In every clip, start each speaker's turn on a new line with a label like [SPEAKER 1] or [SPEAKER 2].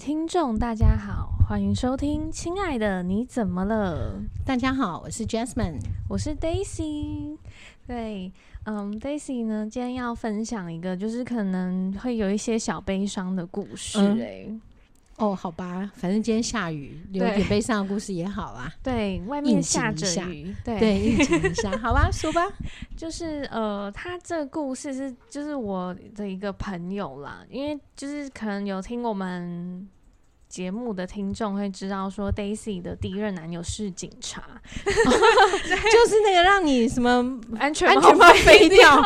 [SPEAKER 1] 听众大家好，欢迎收听《亲爱的你怎么了》，
[SPEAKER 2] 大家好，我是 Jasmine。
[SPEAKER 1] 我是 Daisy。对，嗯，Daisy 呢，今天要分享一个，就是可能会有一些小悲伤的故事、欸
[SPEAKER 2] 嗯
[SPEAKER 1] 诶，
[SPEAKER 2] 哦，好吧，反正今天下雨，有一
[SPEAKER 1] 对
[SPEAKER 2] 点悲伤的故事也好啦。
[SPEAKER 1] 对，外
[SPEAKER 2] 应
[SPEAKER 1] 面
[SPEAKER 2] 景
[SPEAKER 1] 下
[SPEAKER 2] 一
[SPEAKER 1] 着
[SPEAKER 2] 下
[SPEAKER 1] 雨，对，
[SPEAKER 2] 对，应景一下，好 吧，说吧。
[SPEAKER 1] 就是呃，他这个故事是就是我的一个朋友啦，因为就是可能有听我们节目的听众会知道说，Daisy 的第一任男友是警察，
[SPEAKER 2] 就是那个让你什么
[SPEAKER 1] 安全
[SPEAKER 2] 安全帽飞掉，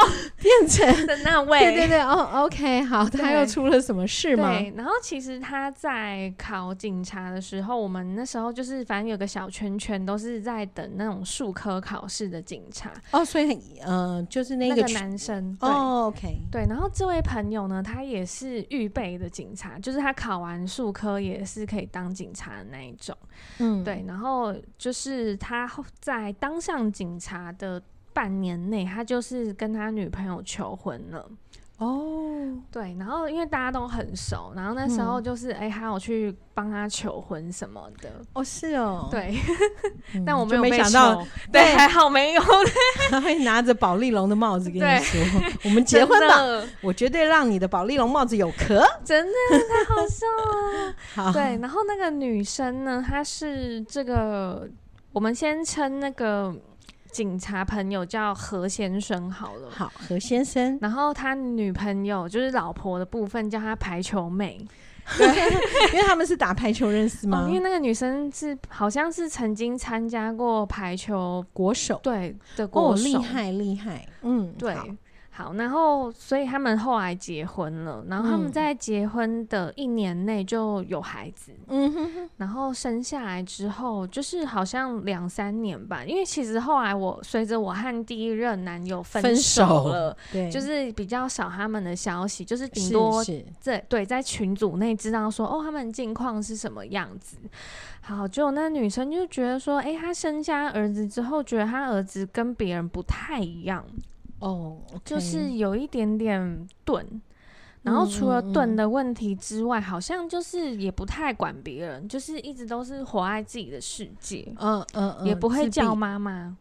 [SPEAKER 2] 变成
[SPEAKER 1] 的那位，
[SPEAKER 2] 对对对，哦，OK，好，他
[SPEAKER 1] 对
[SPEAKER 2] 又出了什么事吗？
[SPEAKER 1] 对，然后其实他在考警察的时候，我们那时候就是反正有个小圈圈，都是在等那种数科考试的警察。
[SPEAKER 2] 哦，所以很呃，就是那
[SPEAKER 1] 那
[SPEAKER 2] 个
[SPEAKER 1] 个
[SPEAKER 2] 区
[SPEAKER 1] 男生，对、
[SPEAKER 2] 哦，OK，
[SPEAKER 1] 对。然后这位朋友呢，他也是预备的警察，就是他考完数科也是可以当警察的那一种。
[SPEAKER 2] 嗯，
[SPEAKER 1] 对，然后就是他后在当上警察的半年内，他就是跟他女朋友求婚了。
[SPEAKER 2] 哦，
[SPEAKER 1] 对，然后因为大家都很熟，然后那时
[SPEAKER 2] 嗯
[SPEAKER 1] 候就是哎、还有去帮他求婚什么的。
[SPEAKER 2] 哦是哦，
[SPEAKER 1] 对，
[SPEAKER 2] 嗯，
[SPEAKER 1] 但我没
[SPEAKER 2] 就
[SPEAKER 1] 有
[SPEAKER 2] 没
[SPEAKER 1] 被
[SPEAKER 2] 想到
[SPEAKER 1] 求，对，还好没有。
[SPEAKER 2] 他会拿着宝丽龙的帽子跟
[SPEAKER 1] 对
[SPEAKER 2] 你说：“ 我们 结婚吧，
[SPEAKER 1] 吧，
[SPEAKER 2] 我绝对让你的宝丽龙帽子有壳。
[SPEAKER 1] 真的太好 笑了。”
[SPEAKER 2] 好，
[SPEAKER 1] 对，然后那个女生呢，她是这个，我们先称那个警察朋友叫何先生好了。
[SPEAKER 2] 好，何先生，
[SPEAKER 1] 然后他女朋友就是老婆的部分叫她排球妹，
[SPEAKER 2] 因为他们是打排球认识
[SPEAKER 1] 哦
[SPEAKER 2] 吗
[SPEAKER 1] 因为？那个女生是好像是曾经参加过排球
[SPEAKER 2] 国手，
[SPEAKER 1] 对的
[SPEAKER 2] 哦，
[SPEAKER 1] 国手，
[SPEAKER 2] 厉害厉害，嗯，
[SPEAKER 1] 对
[SPEAKER 2] 好，
[SPEAKER 1] 好，然后所以他们后来结婚了，然后他们
[SPEAKER 2] 嗯
[SPEAKER 1] 在结婚的一年内就有孩子，
[SPEAKER 2] 嗯哼哼，
[SPEAKER 1] 然后生下来之后就是好像两三年吧，因为其实后来我随着我和第一任男友
[SPEAKER 2] 分
[SPEAKER 1] 手
[SPEAKER 2] 手
[SPEAKER 1] 了，
[SPEAKER 2] 对，
[SPEAKER 1] 就是比较少他们的消息，就是顶
[SPEAKER 2] 是
[SPEAKER 1] 多
[SPEAKER 2] 是，
[SPEAKER 1] 这对在群组内知道说哦他们近况是什么样子。好，就那女生就觉得说，诶，她生下儿子之后，觉得她儿子跟别人不太一样。
[SPEAKER 2] 哦，OK，
[SPEAKER 1] 就是有一点点钝。然后除了
[SPEAKER 2] 嗯
[SPEAKER 1] 钝的问题之外，好像就是也不太管别人，就是一直都是活在自己的世界，
[SPEAKER 2] 嗯嗯嗯，
[SPEAKER 1] 也不会
[SPEAKER 2] 自闭
[SPEAKER 1] 叫妈妈。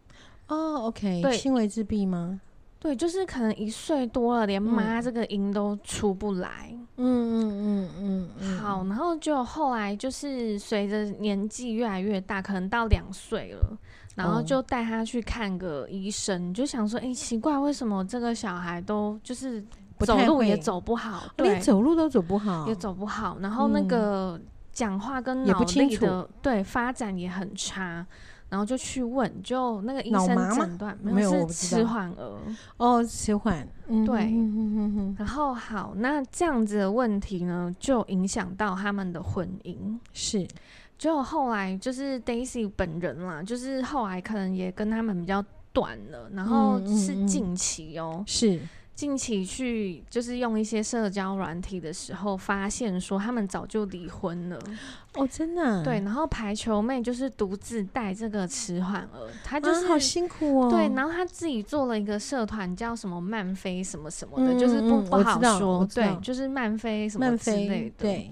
[SPEAKER 2] 哦，OK，
[SPEAKER 1] 对
[SPEAKER 2] 轻微自闭吗？
[SPEAKER 1] 对，就是可能一岁多了，连
[SPEAKER 2] 嗯
[SPEAKER 1] 妈这个音都出不来。
[SPEAKER 2] 嗯嗯嗯嗯嗯，
[SPEAKER 1] 好，然后就后来就是随着年纪越来越大，可能到两岁了，然后
[SPEAKER 2] 哦
[SPEAKER 1] 就带他去看个医生，就想说，哎、奇怪，为什么这个小孩都就是
[SPEAKER 2] 不
[SPEAKER 1] 走
[SPEAKER 2] 太
[SPEAKER 1] 路也
[SPEAKER 2] 会
[SPEAKER 1] 走不好，对，
[SPEAKER 2] 连走路都走不好
[SPEAKER 1] 也，走不好，然后那
[SPEAKER 2] 嗯
[SPEAKER 1] 个讲话跟
[SPEAKER 2] 也
[SPEAKER 1] 脑
[SPEAKER 2] 不清
[SPEAKER 1] 力
[SPEAKER 2] 楚
[SPEAKER 1] 的对发展也很差，然后就去问，就那个医
[SPEAKER 2] 脑麻
[SPEAKER 1] 生
[SPEAKER 2] 吗
[SPEAKER 1] 诊断
[SPEAKER 2] 没有
[SPEAKER 1] 是
[SPEAKER 2] 我不知
[SPEAKER 1] 迟
[SPEAKER 2] 道
[SPEAKER 1] 缓儿。
[SPEAKER 2] 哦，迟缓，嗯
[SPEAKER 1] 对
[SPEAKER 2] 嗯嗯嗯嗯，
[SPEAKER 1] 然后好，那这样子的问题呢，就影响到他们的婚姻。
[SPEAKER 2] 是，
[SPEAKER 1] 就后来就是 Daisy 本人啦，就是后来可能也跟他们比较短了，然后
[SPEAKER 2] 嗯嗯
[SPEAKER 1] 是
[SPEAKER 2] 嗯
[SPEAKER 1] 近期哦、
[SPEAKER 2] 是，
[SPEAKER 1] 近期去就是用一些社交软体的时候，发现说他们早就离婚了。
[SPEAKER 2] 哦，真的啊，
[SPEAKER 1] 对，然后排球妹就是独自带这个迟缓儿，她
[SPEAKER 2] 啊，
[SPEAKER 1] 就是、
[SPEAKER 2] 好辛苦哦，
[SPEAKER 1] 对，然后她自己做了一个社团，叫什么漫飞什么什么的，就是不
[SPEAKER 2] 嗯嗯嗯
[SPEAKER 1] 不
[SPEAKER 2] 我
[SPEAKER 1] 好
[SPEAKER 2] 知道
[SPEAKER 1] 说
[SPEAKER 2] 我，知
[SPEAKER 1] 对
[SPEAKER 2] 道，
[SPEAKER 1] 就是漫飞什么
[SPEAKER 2] 漫
[SPEAKER 1] 之类
[SPEAKER 2] 飞
[SPEAKER 1] 的，，
[SPEAKER 2] 对，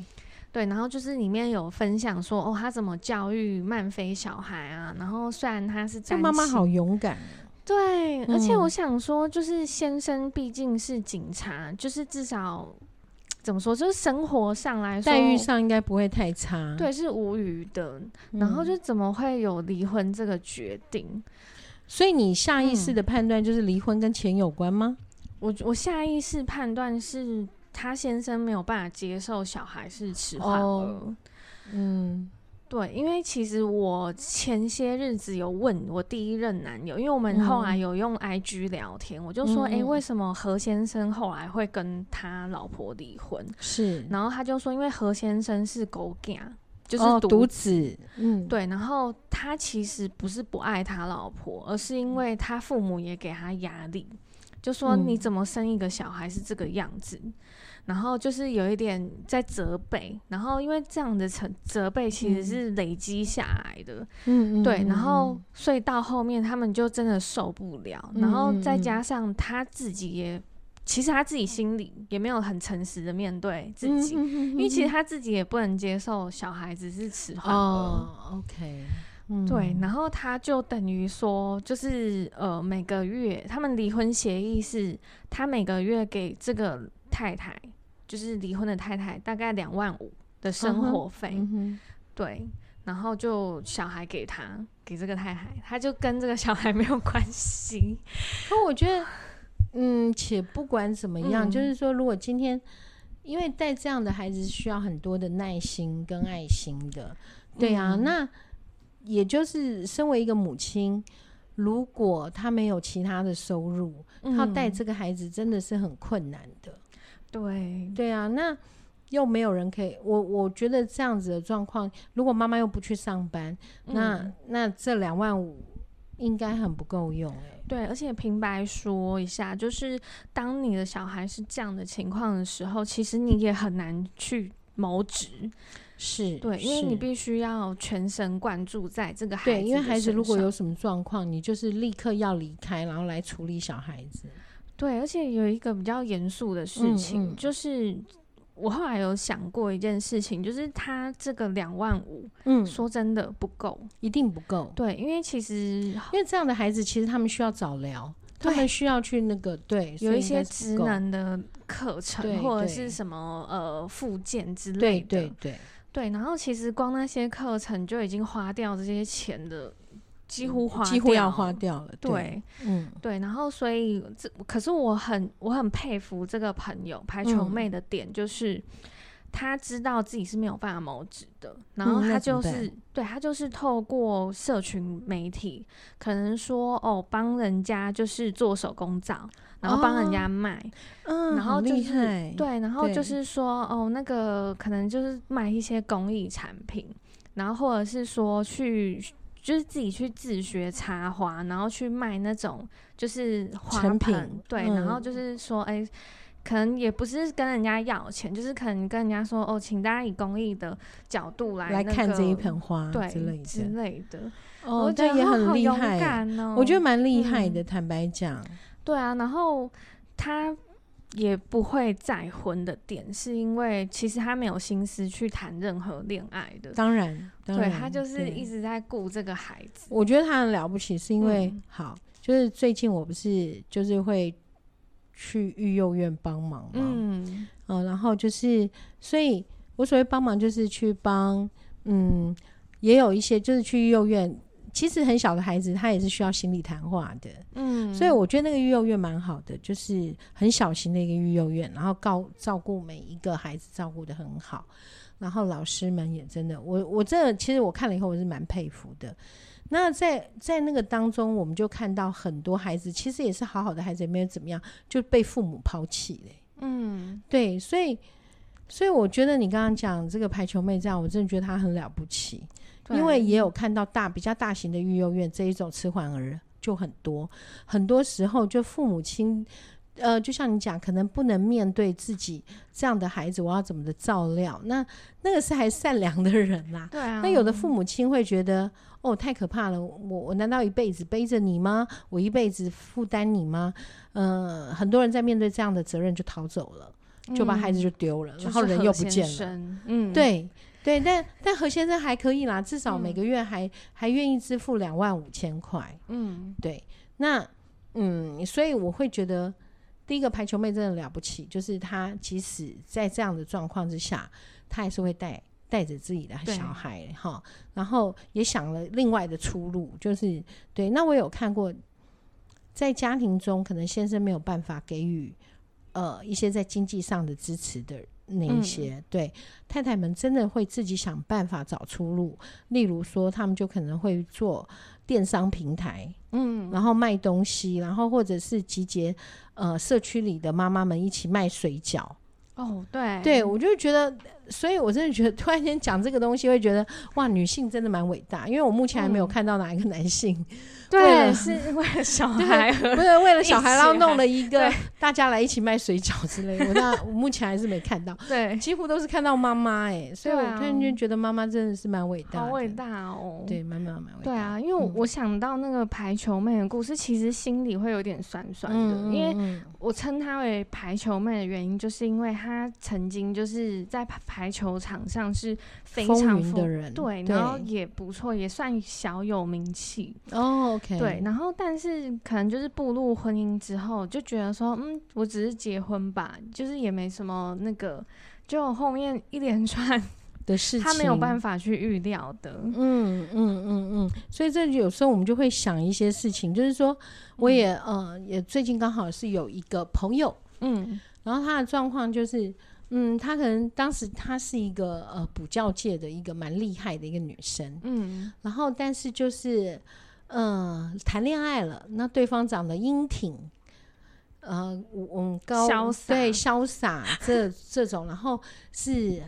[SPEAKER 1] 对，然后就是里面有分享说，哦，她怎么教育漫飞小孩啊，然后虽然她是
[SPEAKER 2] 这
[SPEAKER 1] 单
[SPEAKER 2] 妈妈
[SPEAKER 1] 亲
[SPEAKER 2] 好勇敢，啊
[SPEAKER 1] 对，而且我
[SPEAKER 2] 嗯
[SPEAKER 1] 想说，就是先生毕竟是警察，就是至少怎么说，就是生活上来说
[SPEAKER 2] 待遇上应该不会太差。
[SPEAKER 1] 对是无语的，
[SPEAKER 2] 嗯，
[SPEAKER 1] 然后就怎么会有离婚这个决定？
[SPEAKER 2] 所以你下意识的判断就是离婚跟钱有关吗？
[SPEAKER 1] 我我下意识判断是他先生没有办法接受小孩是迟缓儿。
[SPEAKER 2] 哦嗯，
[SPEAKER 1] 对，因为其实我前些日子有问我第一任男友，因为我们后来
[SPEAKER 2] 嗯
[SPEAKER 1] 有用 IG 聊天，我就说，哎、
[SPEAKER 2] 嗯嗯
[SPEAKER 1] 为什么何先生后来会跟他老婆离婚？
[SPEAKER 2] 是，
[SPEAKER 1] 然后他就说，因为何先生是狗囝，就是
[SPEAKER 2] 哦
[SPEAKER 1] 独、
[SPEAKER 2] 独子，嗯，
[SPEAKER 1] 对，然后他其实不是不爱他老婆，而是因为他父母也给他压力，就说
[SPEAKER 2] 嗯
[SPEAKER 1] 你怎么生一个小孩是这个样子，然后就是有一点在责备，然后因为这样的责责备其实是累积下来的，
[SPEAKER 2] 嗯嗯，嗯
[SPEAKER 1] 对，然后
[SPEAKER 2] 嗯
[SPEAKER 1] 所以到后面他们就真的受不了，
[SPEAKER 2] 嗯
[SPEAKER 1] 然后再
[SPEAKER 2] 嗯嗯
[SPEAKER 1] 加上他自己也其实他自己心里也没有很诚实的面对自己，
[SPEAKER 2] 嗯嗯嗯
[SPEAKER 1] 因为其实他自己也不能接受小孩子是迟缓儿。
[SPEAKER 2] 哦，OK，嗯
[SPEAKER 1] 对，然后他就等于说，就是呃，每个月他们离婚协议是，他每个月给这个太太，就是离婚的太太，大概两万五的
[SPEAKER 2] 嗯
[SPEAKER 1] 生
[SPEAKER 2] 哼
[SPEAKER 1] 活费，
[SPEAKER 2] 嗯哼
[SPEAKER 1] 对，然后就小孩给他，给这个太太，他就跟这个小孩没有关 系，
[SPEAKER 2] 可我觉得，嗯，且不管怎么样，
[SPEAKER 1] 嗯
[SPEAKER 2] 就是说，如果今天，因为带这样的孩子是需要很多的耐心跟爱心的，对啊，
[SPEAKER 1] 嗯
[SPEAKER 2] 那也就是身为一个母亲，如果她没有其他的收入，她带
[SPEAKER 1] 嗯
[SPEAKER 2] 这个孩子真的是很困难的，
[SPEAKER 1] 对，
[SPEAKER 2] 对啊，那。又没有人可以，我我觉得这样子的状况，如果妈妈又不去上班，那
[SPEAKER 1] 嗯
[SPEAKER 2] 那这两万五应该很不够用哎、
[SPEAKER 1] 对，而且平白说一下，就是当你的小孩是这样的情况的时候，其实你也很难去谋职，
[SPEAKER 2] 是
[SPEAKER 1] 对，因为你
[SPEAKER 2] 是
[SPEAKER 1] 必须要全神贯注在这个孩子
[SPEAKER 2] 对，
[SPEAKER 1] 的
[SPEAKER 2] 因为孩子
[SPEAKER 1] 身
[SPEAKER 2] 如果
[SPEAKER 1] 上
[SPEAKER 2] 有什么状况，你就是立刻要离开，然后来处理小孩子。
[SPEAKER 1] 对，而且有一个比较严肃的事
[SPEAKER 2] 嗯
[SPEAKER 1] 情，
[SPEAKER 2] 嗯
[SPEAKER 1] 就是我后来有想过一件事情，就是他这个两万五，
[SPEAKER 2] 嗯
[SPEAKER 1] 说真的不够，
[SPEAKER 2] 一定不够，
[SPEAKER 1] 对，因为其实
[SPEAKER 2] 因为这样的孩子其实他们需要早疗，他
[SPEAKER 1] 对
[SPEAKER 2] 们需要去那个对，所
[SPEAKER 1] 有
[SPEAKER 2] 以
[SPEAKER 1] 一
[SPEAKER 2] 应该
[SPEAKER 1] 些
[SPEAKER 2] 是
[SPEAKER 1] 职
[SPEAKER 2] 不够。
[SPEAKER 1] 能的课
[SPEAKER 2] 对
[SPEAKER 1] 程或者
[SPEAKER 2] 对
[SPEAKER 1] 是什么呃附件之类
[SPEAKER 2] 对
[SPEAKER 1] 的，
[SPEAKER 2] 对对，
[SPEAKER 1] 对，然后其实光那些课程就已经花掉这些钱的，几乎花
[SPEAKER 2] 嗯几乎要
[SPEAKER 1] 掉
[SPEAKER 2] 花。掉了。对，
[SPEAKER 1] 对
[SPEAKER 2] 嗯，
[SPEAKER 1] 对，然后所以这可是我很我很佩服这个朋友排球
[SPEAKER 2] 嗯
[SPEAKER 1] 妹的点就是，她知道自己是没有办法谋职的，然后
[SPEAKER 2] 嗯那
[SPEAKER 1] 她
[SPEAKER 2] 怎么
[SPEAKER 1] 就是、对她就是透过社群媒体，可能说哦帮人家就是做手工皂，然后
[SPEAKER 2] 哦
[SPEAKER 1] 帮人家卖，
[SPEAKER 2] 嗯
[SPEAKER 1] 然后
[SPEAKER 2] 好
[SPEAKER 1] 就
[SPEAKER 2] 厉
[SPEAKER 1] 是
[SPEAKER 2] 害，
[SPEAKER 1] 对，然后
[SPEAKER 2] 对
[SPEAKER 1] 就是说，哦，那个可能就是卖一些工艺产品，然后或者是说去，就是自己去自学插花，然后去卖那种就是花
[SPEAKER 2] 成品
[SPEAKER 1] 盆对，然后
[SPEAKER 2] 嗯
[SPEAKER 1] 就是说，哎、可能也不是跟人家要钱，就是可能跟人家说，哦，请大家以公益的角度来、那
[SPEAKER 2] 来看这一
[SPEAKER 1] 个
[SPEAKER 2] 盆花
[SPEAKER 1] 对
[SPEAKER 2] 之类
[SPEAKER 1] 之
[SPEAKER 2] 的。
[SPEAKER 1] 类的，
[SPEAKER 2] 哦
[SPEAKER 1] 我，觉
[SPEAKER 2] 但
[SPEAKER 1] 得
[SPEAKER 2] 也
[SPEAKER 1] 他
[SPEAKER 2] 很
[SPEAKER 1] 好
[SPEAKER 2] 厉
[SPEAKER 1] 勇
[SPEAKER 2] 害，
[SPEAKER 1] 敢哦，
[SPEAKER 2] 我觉得蛮厉害
[SPEAKER 1] 嗯
[SPEAKER 2] 的。坦白讲，
[SPEAKER 1] 对啊，然后他也不会再婚的点，是因为其实他没有心思去谈任何恋爱的，
[SPEAKER 2] 当然，当
[SPEAKER 1] 对
[SPEAKER 2] 然，
[SPEAKER 1] 他就是
[SPEAKER 2] 对
[SPEAKER 1] 一直在顾这个孩子。
[SPEAKER 2] 我觉得他很了不起，是因为、
[SPEAKER 1] 嗯
[SPEAKER 2] 好，就是最近我不是就是会去育幼院帮忙嘛，嗯、
[SPEAKER 1] 嗯，
[SPEAKER 2] 然后就是，所以我所谓帮忙就是去帮，嗯，也有一些就是去育幼院，其实很小的孩子他也是需要心理谈话的，
[SPEAKER 1] 嗯，
[SPEAKER 2] 所以我觉得那个育幼院蛮好的，就是很小型的一个育幼院，然后告照顾每一个孩子照顾的很好，然后老师们也真的，我我这其实我看了以后我是蛮佩服的。那在在那个当中，我们就看到很多孩子其实也是好好的孩子，也没有怎么样就被父母抛弃嘞、
[SPEAKER 1] 嗯，
[SPEAKER 2] 对，所以所以我觉得你刚刚讲这个排球妹这样，我真的觉得她很了不起。因为
[SPEAKER 1] 对
[SPEAKER 2] 也有看到大比较大型的育幼院这一种迟缓儿就很多，很多时候就父母亲，呃，就像你讲，可能不能面对自己这样的孩子，我要怎么的照料？那那个是还善良的人啦、
[SPEAKER 1] 对啊，
[SPEAKER 2] 那有的父母亲会觉得，哦，太可怕了，我我难道一辈子背着你吗？我一辈子负担你吗？嗯、很多人在面对这样的责任就逃走了，就把孩子就丢了，
[SPEAKER 1] 嗯，
[SPEAKER 2] 然后人又不见了。
[SPEAKER 1] 了，嗯，，
[SPEAKER 2] 对对，但但何先生还可以啦，至少每
[SPEAKER 1] 嗯
[SPEAKER 2] 个月还、还愿意支付两万五千块。
[SPEAKER 1] 嗯，
[SPEAKER 2] 对，那嗯，所以我会觉得，第一个排球妹真的了不起，就是她即使在这样的状况之下，她还是会带带着自己的
[SPEAKER 1] 对
[SPEAKER 2] 小孩哈，然后也想了另外的出路，就是对。那我有看过，在家庭中可能先生没有办法给予呃一些在经济上的支持的那一
[SPEAKER 1] 嗯
[SPEAKER 2] 些，对太太们真的会自己想办法找出路，例如说他们就可能会做电商平台，
[SPEAKER 1] 嗯，
[SPEAKER 2] 然后卖东西，然后或者是集结呃社区里的妈妈们一起卖水饺。
[SPEAKER 1] 哦，对，
[SPEAKER 2] 对，我就觉得所以我真的觉得，突然间讲这个东西，会觉得哇，女性真的蛮伟大，因为我目前还没
[SPEAKER 1] 嗯
[SPEAKER 2] 有看到哪一个男性、
[SPEAKER 1] 对，
[SPEAKER 2] 了
[SPEAKER 1] 是为 了小
[SPEAKER 2] 对
[SPEAKER 1] 孩 而
[SPEAKER 2] 不是为了
[SPEAKER 1] 一
[SPEAKER 2] 小孩，
[SPEAKER 1] 起
[SPEAKER 2] 然后
[SPEAKER 1] 来
[SPEAKER 2] 弄了一个
[SPEAKER 1] 对
[SPEAKER 2] 大家来一起卖水饺之类的，我那我目前还是没看到，
[SPEAKER 1] 对，
[SPEAKER 2] 几乎都是看到妈妈哎、所以我
[SPEAKER 1] 对啊
[SPEAKER 2] 突然间觉得妈妈真的是蛮伟大的，
[SPEAKER 1] 好伟大哦。
[SPEAKER 2] 对，蛮蛮蛮伟大，
[SPEAKER 1] 对啊，因为我
[SPEAKER 2] 嗯
[SPEAKER 1] 我想到那个排球妹的故事，其实心里会有点酸酸的，
[SPEAKER 2] 嗯，
[SPEAKER 1] 因为
[SPEAKER 2] 为
[SPEAKER 1] 我称她为排球妹的原因，就是因为她曾经就是在排排球场上是非
[SPEAKER 2] 风
[SPEAKER 1] 常
[SPEAKER 2] 云
[SPEAKER 1] 风
[SPEAKER 2] 的人，
[SPEAKER 1] 对，然后也不错，也算小有名气。
[SPEAKER 2] 哦，OK，
[SPEAKER 1] 对，然后但是可能就是步入婚姻之后，就觉得说，嗯，我只是结婚吧，就是也没什么那个，就后面一连串
[SPEAKER 2] 的事情，
[SPEAKER 1] 他没有办法去预料的。
[SPEAKER 2] 嗯嗯嗯嗯，所以这有时候我们就会想一些事情，就是说，我也、呃也最近刚好是有一个朋友，
[SPEAKER 1] 嗯
[SPEAKER 2] 然后他的状况就是，嗯，他可能当时她是一个呃补教界的一个蛮厉害的一个女生，
[SPEAKER 1] 嗯
[SPEAKER 2] 然后但是就是，呃，谈恋爱了，那对方长得英挺，呃，我我们高
[SPEAKER 1] 潇洒
[SPEAKER 2] 对潇洒这这种，然后是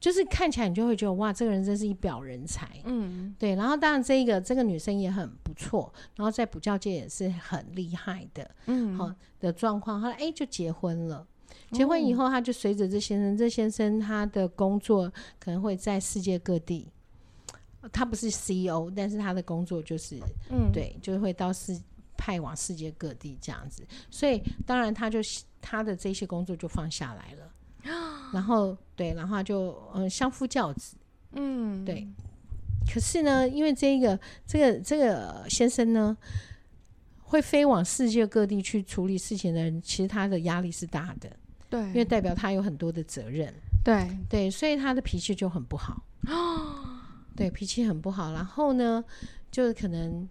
[SPEAKER 2] 就是看起来你就会觉得哇，这个人真是一表人才，
[SPEAKER 1] 嗯
[SPEAKER 2] 对，然后当然这一个这个女生也很不错，然后在补教界也是很厉害的，
[SPEAKER 1] 嗯，
[SPEAKER 2] 好、的状况。后来哎就结婚了，结婚以后他就随着这先生，这先生他的工作可能会在世界各地，他不是 CEO，但是他的工作就是
[SPEAKER 1] 嗯，
[SPEAKER 2] 对，就是会到世派往世界各地这样子，所以当然他就他的这些工作就放下来了。然后对，然后他就嗯相夫教子，
[SPEAKER 1] 嗯
[SPEAKER 2] 对，可是呢，因为这个这个这个先生呢，会飞往世界各地去处理事情的人，其实他的压力是大的，
[SPEAKER 1] 对，
[SPEAKER 2] 因为代表他有很多的责任，
[SPEAKER 1] 对，
[SPEAKER 2] 对，所以他的脾气就很不好。对，脾气很不好。然后呢，就是可能。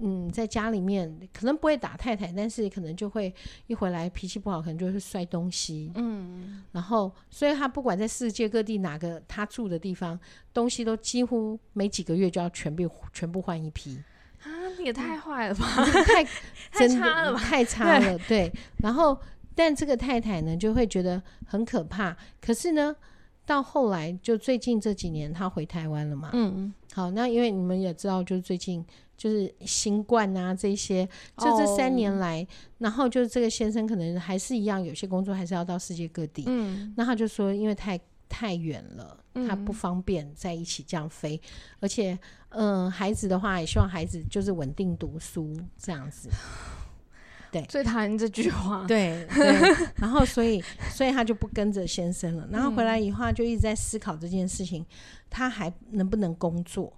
[SPEAKER 2] 嗯，在家里面可能不会打太太，但是可能就会一回来脾气不好，可能就会摔东西，
[SPEAKER 1] 嗯
[SPEAKER 2] 然后，所以他不管在世界各地哪个他住的地方，东西都几乎每几个月就要全部全部换 一批，
[SPEAKER 1] 啊，也太坏了吧，
[SPEAKER 2] 太
[SPEAKER 1] 太
[SPEAKER 2] 真的
[SPEAKER 1] 差了吧，
[SPEAKER 2] 太差了，对。然后，但这个太太呢，就会觉得很可怕。可是呢，到后来就最近这几年，她回台湾了嘛。
[SPEAKER 1] 嗯，
[SPEAKER 2] 好，那因为你们也知道，就是最近就是新冠啊这些，就这
[SPEAKER 1] 哦
[SPEAKER 2] 三年来，然后就是这个先生可能还是一样，有些工作还是要到世界各地。
[SPEAKER 1] 嗯
[SPEAKER 2] 那他就说，因为太太远了，他
[SPEAKER 1] 嗯
[SPEAKER 2] 不方便在一起这样飞，而且，嗯、孩子的话也希望孩子就是稳定读书这样子。
[SPEAKER 1] 最讨厌这句话，
[SPEAKER 2] 对对，然后所以所以他就不跟着先生
[SPEAKER 1] 嗯
[SPEAKER 2] 了。然后回来以后，他就一直在思考这件事情，他还能不能工作？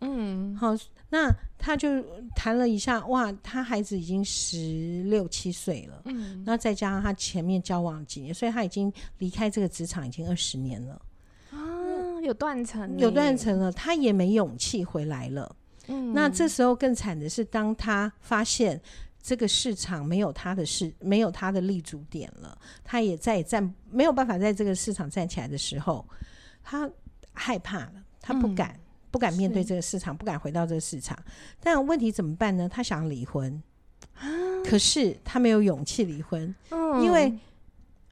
[SPEAKER 1] 嗯
[SPEAKER 2] 好，那他就谈了一下，哇，他孩子已经十六七岁了。
[SPEAKER 1] 嗯，
[SPEAKER 2] 然后再加上他前面交往几年，所以他已经离开这个职场已经二十年了。
[SPEAKER 1] 啊，有断层，
[SPEAKER 2] 有断，层了，他也没勇气回来了。
[SPEAKER 1] 嗯，
[SPEAKER 2] 那这时候更惨的是，当他发现这个市场没有他的市，没有他的立足点了，他也再也站没有办法在这个市场站起来的时候，他害怕了，他不
[SPEAKER 1] 嗯
[SPEAKER 2] 敢。不敢面对
[SPEAKER 1] 是
[SPEAKER 2] 这个市场，不敢回到这个市场，但问题怎么办呢？他想离婚，
[SPEAKER 1] 啊
[SPEAKER 2] 可是他没有勇气离婚，
[SPEAKER 1] 嗯，
[SPEAKER 2] 因为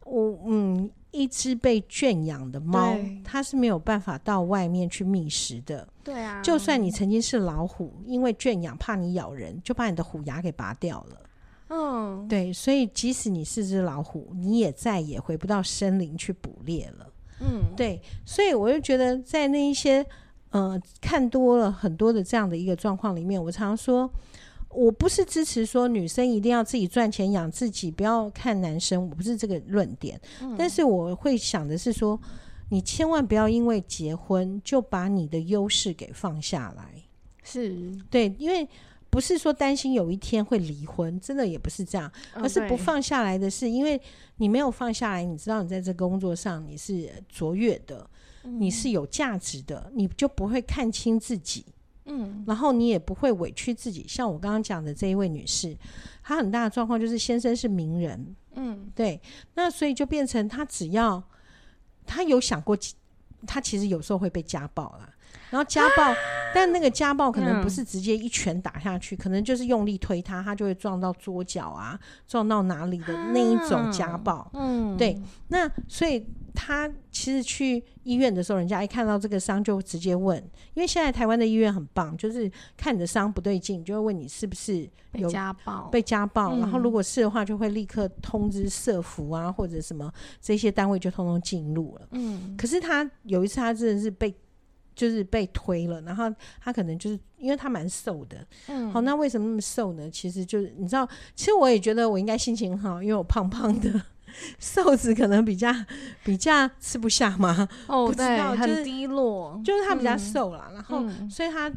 [SPEAKER 2] 我嗯，一只被圈养的猫
[SPEAKER 1] 对，
[SPEAKER 2] 它是没有办法到外面去觅食的。
[SPEAKER 1] 对啊，
[SPEAKER 2] 就算你曾经是老虎，因为圈养怕你咬人，就把你的虎牙给拔掉了。
[SPEAKER 1] 嗯，
[SPEAKER 2] 对，所以即使你是只老虎，你也再也回不到森林去捕猎了。
[SPEAKER 1] 嗯，
[SPEAKER 2] 对，所以我就觉得在那一些呃看多了很多的这样的一个状况里面，我常说。我不是支持说女生一定要自己赚钱养自己，不要看男生，我不是这个论点。
[SPEAKER 1] 嗯
[SPEAKER 2] 但是我会想的是说，你千万不要因为结婚就把你的优势给放下来。
[SPEAKER 1] 是，
[SPEAKER 2] 对，因为不是说担心有一天会离婚，真的也不是这样。
[SPEAKER 1] 嗯
[SPEAKER 2] 而是不
[SPEAKER 1] 对
[SPEAKER 2] 放下来的是，因为你没有放下来，你知道你在这工作上你是卓越的，你是有价值的，你就不会看清自己，
[SPEAKER 1] 嗯
[SPEAKER 2] 然后你也不会委屈自己。像我刚刚讲的这一位女士，她很大的状况就是先生是名人，
[SPEAKER 1] 嗯
[SPEAKER 2] 对，那所以就变成她只要她有想过其，她其实有时候会被家暴啦。然后家暴，但那个家暴可能不
[SPEAKER 1] 嗯
[SPEAKER 2] 是直接一拳打下去，可能就是用力推她，她就会撞到桌角啊，撞到哪里的那一种家暴。
[SPEAKER 1] 嗯，
[SPEAKER 2] 对，那所以他其实去医院的时候，人家一看到这个伤就直接问，因为现在台湾的医院很棒，就是看你的伤不对劲，就会问你是不是
[SPEAKER 1] 被
[SPEAKER 2] 有
[SPEAKER 1] 家暴，
[SPEAKER 2] 被家暴，然后
[SPEAKER 1] 嗯
[SPEAKER 2] 如果是的话，就会立刻通知社服啊或者什么这些单位就通通进入了。
[SPEAKER 1] 嗯，
[SPEAKER 2] 可是他有一次，他真的是被就是被推了，然后他可能就是因为他蛮瘦的，
[SPEAKER 1] 嗯
[SPEAKER 2] 好，那为什么那么瘦呢？其实就是你知道，其实我也觉得我应该心情好，因为我胖胖的， 瘦子可能比较比较吃不下嘛，
[SPEAKER 1] 哦
[SPEAKER 2] 不知
[SPEAKER 1] 对，
[SPEAKER 2] 道就
[SPEAKER 1] 很
[SPEAKER 2] 是
[SPEAKER 1] 低落，
[SPEAKER 2] 就是他比较
[SPEAKER 1] 嗯
[SPEAKER 2] 瘦啦，然后
[SPEAKER 1] 嗯
[SPEAKER 2] 所以他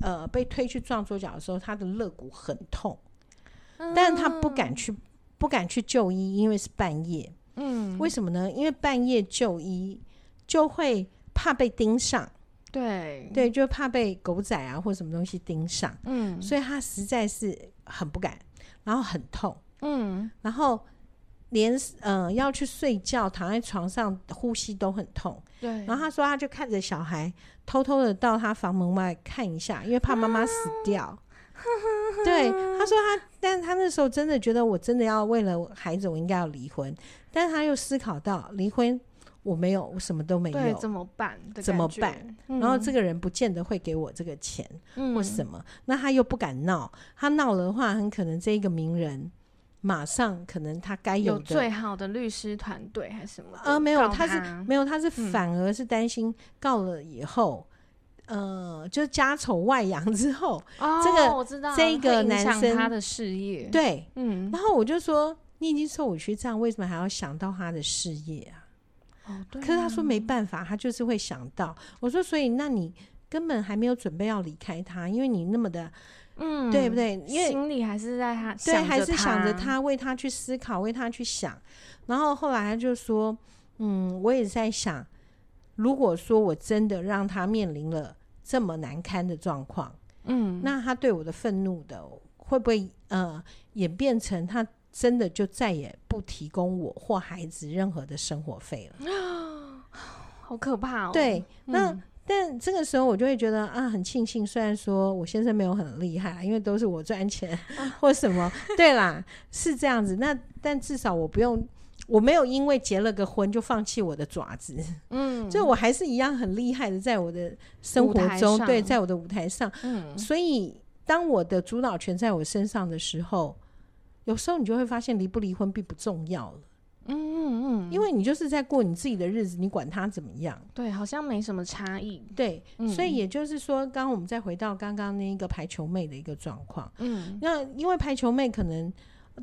[SPEAKER 2] 呃被推去撞桌角的时候，他的肋骨很痛，但是他不敢去。不敢去就医，因为是半夜。
[SPEAKER 1] 嗯，嗯
[SPEAKER 2] 为什么呢？因为半夜就医就会怕被盯上，
[SPEAKER 1] 对，
[SPEAKER 2] 对，就怕被狗仔啊或什么东西盯上，
[SPEAKER 1] 嗯
[SPEAKER 2] 所以他实在是很不敢，然后很痛，
[SPEAKER 1] 嗯
[SPEAKER 2] 然后连呃要去睡觉，躺在床上呼吸都很痛。
[SPEAKER 1] 对，
[SPEAKER 2] 然后他说，他就看着小孩偷偷的到他房门外看一下，因为怕妈妈死掉。
[SPEAKER 1] 啊
[SPEAKER 2] 对，他说他，但他那时候真的觉得我真的要为了我孩子，我应该要离婚，但是他又思考到离婚我没有，我什么都没
[SPEAKER 1] 对
[SPEAKER 2] 有。
[SPEAKER 1] 怎么办的感觉？
[SPEAKER 2] 怎么办
[SPEAKER 1] 嗯？
[SPEAKER 2] 然后这个人不见得会给我这个钱或
[SPEAKER 1] 或
[SPEAKER 2] 什么，那他又不敢闹，他闹了的话，很可能这一个名人马上可能他该
[SPEAKER 1] 有
[SPEAKER 2] 的
[SPEAKER 1] 最好的律师团队还是什么的？
[SPEAKER 2] 呃，没有，
[SPEAKER 1] 告
[SPEAKER 2] 他是没有，他是
[SPEAKER 1] 嗯
[SPEAKER 2] 反而是担心告了以后，呃，就是家丑外扬之后，
[SPEAKER 1] 哦
[SPEAKER 2] 这个
[SPEAKER 1] 我知道，
[SPEAKER 2] 这个
[SPEAKER 1] 会影
[SPEAKER 2] 男
[SPEAKER 1] 响
[SPEAKER 2] 生
[SPEAKER 1] 他的事业，，
[SPEAKER 2] 对。
[SPEAKER 1] 嗯，
[SPEAKER 2] 然后我就说，你已经受委屈这样，为什么还要想到他的事业啊？
[SPEAKER 1] 哦对
[SPEAKER 2] 可是他
[SPEAKER 1] 啊
[SPEAKER 2] 说没办法，他就是会想到。我说，所以那你根本还没有准备要离开他，因为你那么的，
[SPEAKER 1] 嗯，
[SPEAKER 2] 对不？对？因为
[SPEAKER 1] 心里还是在他，
[SPEAKER 2] 对，还是想
[SPEAKER 1] 想
[SPEAKER 2] 着，他，为他去思考，为他去想。然后后来他就说：“嗯，我也在想，如果说我真的让他面临了这么难堪的状况，
[SPEAKER 1] 嗯，
[SPEAKER 2] 那他对我的愤怒的会不会呃演变成他真的就再也不提供我或孩子任何的生活费了？”
[SPEAKER 1] 好可怕哦。
[SPEAKER 2] 对，
[SPEAKER 1] 嗯，
[SPEAKER 2] 那但这个时候我就会觉得啊，很庆幸，虽然说我先生没有很厉害，啊因为都是我赚钱
[SPEAKER 1] 啊
[SPEAKER 2] 或什么，对啦，是这样子。那但至少我不用，我没有因为结了个婚就放弃我的爪子，
[SPEAKER 1] 嗯，
[SPEAKER 2] 就我还是一样很厉害的，在我的生
[SPEAKER 1] 舞
[SPEAKER 2] 活
[SPEAKER 1] 台
[SPEAKER 2] 中，
[SPEAKER 1] 上
[SPEAKER 2] 对，在我的舞台上。
[SPEAKER 1] 嗯，
[SPEAKER 2] 所以当我的主导权在我身上的时候，有时候你就会发现离不离婚并不重要了，
[SPEAKER 1] 嗯嗯嗯，
[SPEAKER 2] 因为你就是在过你自己的日子，你管他怎么样。
[SPEAKER 1] 对，好像没什么差异。
[SPEAKER 2] 对，所以
[SPEAKER 1] 嗯
[SPEAKER 2] 也就是说，刚刚我们再回到刚刚那个排球妹的一个状况，
[SPEAKER 1] 嗯，
[SPEAKER 2] 那因为排球妹可能，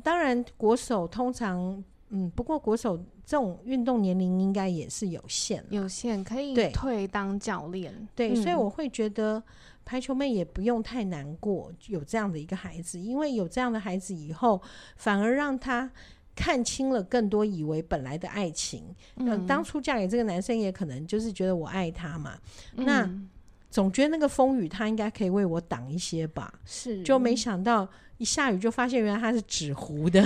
[SPEAKER 2] 当然国手通常，嗯，不过国手这种运动年龄应该也是有限的，
[SPEAKER 1] 有限可以
[SPEAKER 2] 对
[SPEAKER 1] 退当教练，
[SPEAKER 2] 对，所以
[SPEAKER 1] 嗯
[SPEAKER 2] 我会觉得排球妹也不用太难过，有这样的一个孩子，因为有这样的孩子以后，反而让她看清了更多以为本来的爱情，嗯，当初嫁给这个男生也可能就是觉得我爱他嘛，那
[SPEAKER 1] 嗯
[SPEAKER 2] 总觉得那个风雨他应该可以为我挡一些吧，
[SPEAKER 1] 是
[SPEAKER 2] 就没想到一下雨就发现原来他是纸糊 的，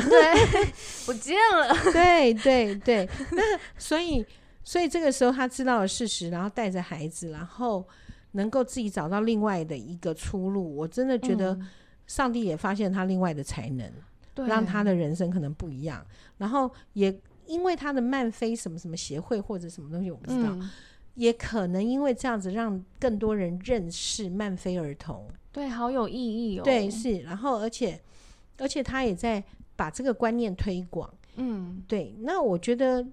[SPEAKER 1] 不见了。
[SPEAKER 2] 对对对，那所以所以这个时候他知道了事实，然后带着孩子，然后能够自己找到另外的一个出路，我真的觉得
[SPEAKER 1] 嗯
[SPEAKER 2] 上帝也发现他另外的才能，
[SPEAKER 1] 对
[SPEAKER 2] 让他的人生可能不一样，然后也。因为他的漫飞什么什么协会或者什么东西我不知道，
[SPEAKER 1] 嗯，
[SPEAKER 2] 也可能因为这样子让更多人认识漫飞儿童，
[SPEAKER 1] 对，好有意义哦。
[SPEAKER 2] 对，是，然后而且而且他也在把这个观念推广。
[SPEAKER 1] 嗯，
[SPEAKER 2] 对，那我觉得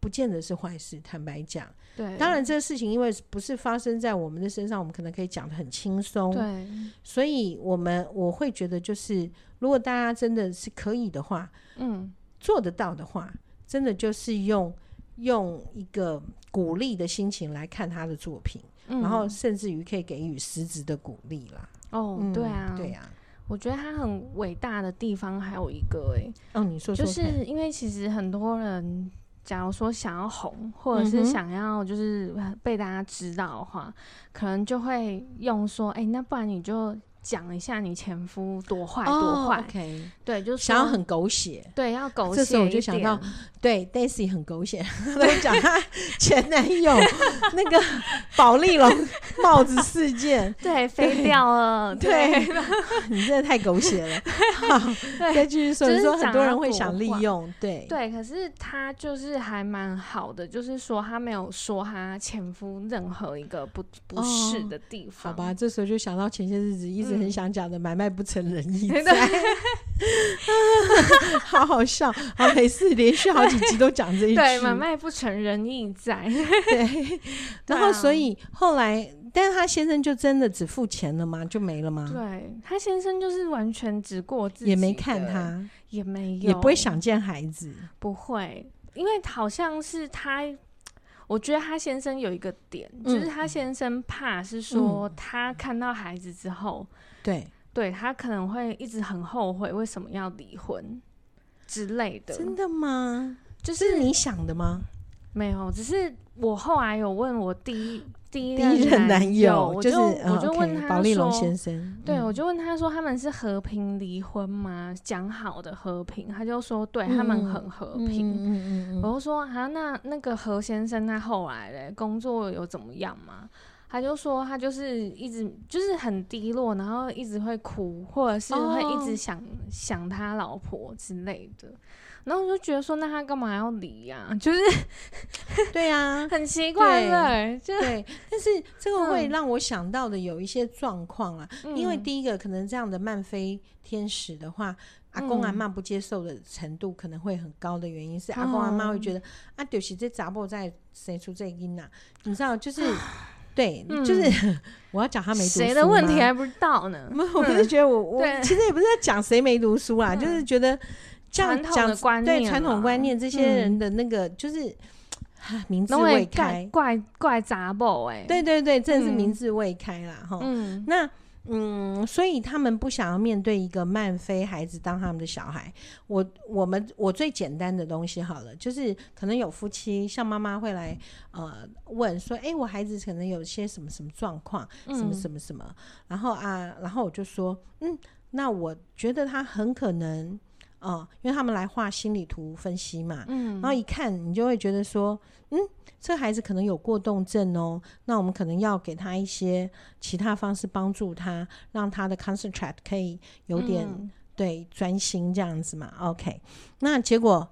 [SPEAKER 2] 不见得是坏事，坦白讲。
[SPEAKER 1] 对，
[SPEAKER 2] 当然，这个事情因为不是发生在我们的身上，我们可能可以讲的很轻松。
[SPEAKER 1] 对，
[SPEAKER 2] 所以我们我会觉得，就是如果大家真的是可以的话，
[SPEAKER 1] 嗯，
[SPEAKER 2] 做得到的话，真的就是用用一个鼓励的心情来看他的作品，
[SPEAKER 1] 嗯
[SPEAKER 2] 然后甚至于可以给予实质的鼓励啦。
[SPEAKER 1] 哦，
[SPEAKER 2] 嗯
[SPEAKER 1] 对啊，
[SPEAKER 2] 对啊。
[SPEAKER 1] 我觉得他很伟大的地方还有一个、欸，
[SPEAKER 2] 哦，你说
[SPEAKER 1] 就
[SPEAKER 2] 说看，
[SPEAKER 1] 是因为其实很多人，假如说想要红，或者
[SPEAKER 2] 嗯
[SPEAKER 1] 是
[SPEAKER 2] 哼
[SPEAKER 1] 想要就是被大家知道的话，可能就会用说，哎、那不然你就讲一下你前夫多坏多坏，
[SPEAKER 2] o k
[SPEAKER 1] 对，就是
[SPEAKER 2] 哦想要很狗血。
[SPEAKER 1] 对要狗血
[SPEAKER 2] 这
[SPEAKER 1] 一点。
[SPEAKER 2] 时候我就想到 对，Daisy 很狗血，她都讲她前男友那个宝丽龙帽子事件，
[SPEAKER 1] 对，飞掉 了，
[SPEAKER 2] 对，你真的太狗 血了。好，再继续说，
[SPEAKER 1] 就
[SPEAKER 2] 你
[SPEAKER 1] 是
[SPEAKER 2] 说很多人会
[SPEAKER 1] 讲
[SPEAKER 2] 想
[SPEAKER 1] 到
[SPEAKER 2] 利
[SPEAKER 1] 国画
[SPEAKER 2] 用，对
[SPEAKER 1] 对，可是她就是还蛮好的，就是说她没有说她前夫任何一个不不适
[SPEAKER 2] 哦
[SPEAKER 1] 的地方。
[SPEAKER 2] 好吧，，这时候就想到前些日子一直很
[SPEAKER 1] 嗯
[SPEAKER 2] 想讲的“买卖不成仁 义
[SPEAKER 1] 对
[SPEAKER 2] 在”，好好笑。好，每次连续好几集都讲这一句。
[SPEAKER 1] 对，买卖不成仁义在。
[SPEAKER 2] 对，然
[SPEAKER 1] 啊
[SPEAKER 2] 后所以后来，但是他先生就真的只付钱了吗？就没了吗？
[SPEAKER 1] 对他先生就是完全只过自己，
[SPEAKER 2] 嗯也没看，他，
[SPEAKER 1] 也没有，
[SPEAKER 2] 也不会想见孩子。
[SPEAKER 1] 不会，因为好像是他，我觉得他先生有一个点，
[SPEAKER 2] 嗯
[SPEAKER 1] 就是他先生怕是说他看到孩子之后，
[SPEAKER 2] 对，
[SPEAKER 1] 对他可能会一直很后悔为什么要离婚之类的。
[SPEAKER 2] 真的吗？
[SPEAKER 1] 就是
[SPEAKER 2] 你想的吗？
[SPEAKER 1] 没有，只是我后来有问我第一第一
[SPEAKER 2] 第一任
[SPEAKER 1] 男
[SPEAKER 2] 男友
[SPEAKER 1] 我
[SPEAKER 2] 就哦
[SPEAKER 1] 就是我就问他
[SPEAKER 2] 保利龙
[SPEAKER 1] 说
[SPEAKER 2] 先生，
[SPEAKER 1] 对，
[SPEAKER 2] 嗯
[SPEAKER 1] 我就问他说他们是和平离婚吗？讲好的和平，他就说对他们
[SPEAKER 2] 嗯
[SPEAKER 1] 很和
[SPEAKER 2] 嗯
[SPEAKER 1] 平。
[SPEAKER 2] 嗯嗯嗯
[SPEAKER 1] 我
[SPEAKER 2] 嗯，
[SPEAKER 1] 就说啊，那那个何先生他后来嘞工作有怎么样吗？他就说他就是一直就是很低落，然后一直会哭，或者是会一
[SPEAKER 2] 哦
[SPEAKER 1] 直想、想他老婆之类的。然后我就觉得说，那他干嘛要离呀、 就是
[SPEAKER 2] 对 啊，
[SPEAKER 1] 很奇怪，对
[SPEAKER 2] 对
[SPEAKER 1] 不对，就
[SPEAKER 2] 对，但是这个
[SPEAKER 1] 嗯
[SPEAKER 2] 会让我想到的有一些状况啊，因为
[SPEAKER 1] 嗯
[SPEAKER 2] 第一个可能这样的慢飞天使的话，阿公阿
[SPEAKER 1] 嗯
[SPEAKER 2] 妈不接受的程度可能会很高的原因是，阿公阿
[SPEAKER 1] 哦
[SPEAKER 2] 妈会觉得、啊，就是这杂货在谁出这音呐？你知道，就是对，就是、 我要讲他没读书
[SPEAKER 1] 啊嗯谁的问题啊
[SPEAKER 2] 吗
[SPEAKER 1] 还不知道呢？
[SPEAKER 2] 没 有，我就觉得我我
[SPEAKER 1] 嗯对嗯
[SPEAKER 2] 其实也不是在讲谁没读书啦，就是觉得这样
[SPEAKER 1] 传统
[SPEAKER 2] 讲
[SPEAKER 1] 的观念
[SPEAKER 2] 对
[SPEAKER 1] 啦，
[SPEAKER 2] 传统观念，这些
[SPEAKER 1] 嗯
[SPEAKER 2] 人的那个就是啊名字
[SPEAKER 1] 都会
[SPEAKER 2] 未
[SPEAKER 1] 怪
[SPEAKER 2] 开，
[SPEAKER 1] 怪怪杂某哎，，
[SPEAKER 2] 对对对，真的是
[SPEAKER 1] 嗯
[SPEAKER 2] 名字未开啦哈。
[SPEAKER 1] 嗯，
[SPEAKER 2] 那嗯，所以他们不想要面对一个慢飞孩子当他们的小孩。我我们我最简单的东西好了，就是可能有夫妻像妈妈会来呃问说，哎、我孩子可能有些什么什么状况，什么
[SPEAKER 1] 嗯
[SPEAKER 2] 什么什么，然后啊，然后我就说，嗯，那我觉得他很可能，呃，因为他们来画心理图分析嘛，
[SPEAKER 1] 嗯，
[SPEAKER 2] 然后一看你就会觉得说，嗯，这个孩子可能有过动症哦，那我们可能要给他一些其他方式帮助他，让他的 concentrate 可以有点、
[SPEAKER 1] 嗯
[SPEAKER 2] 对专心这样子嘛。OK，那结果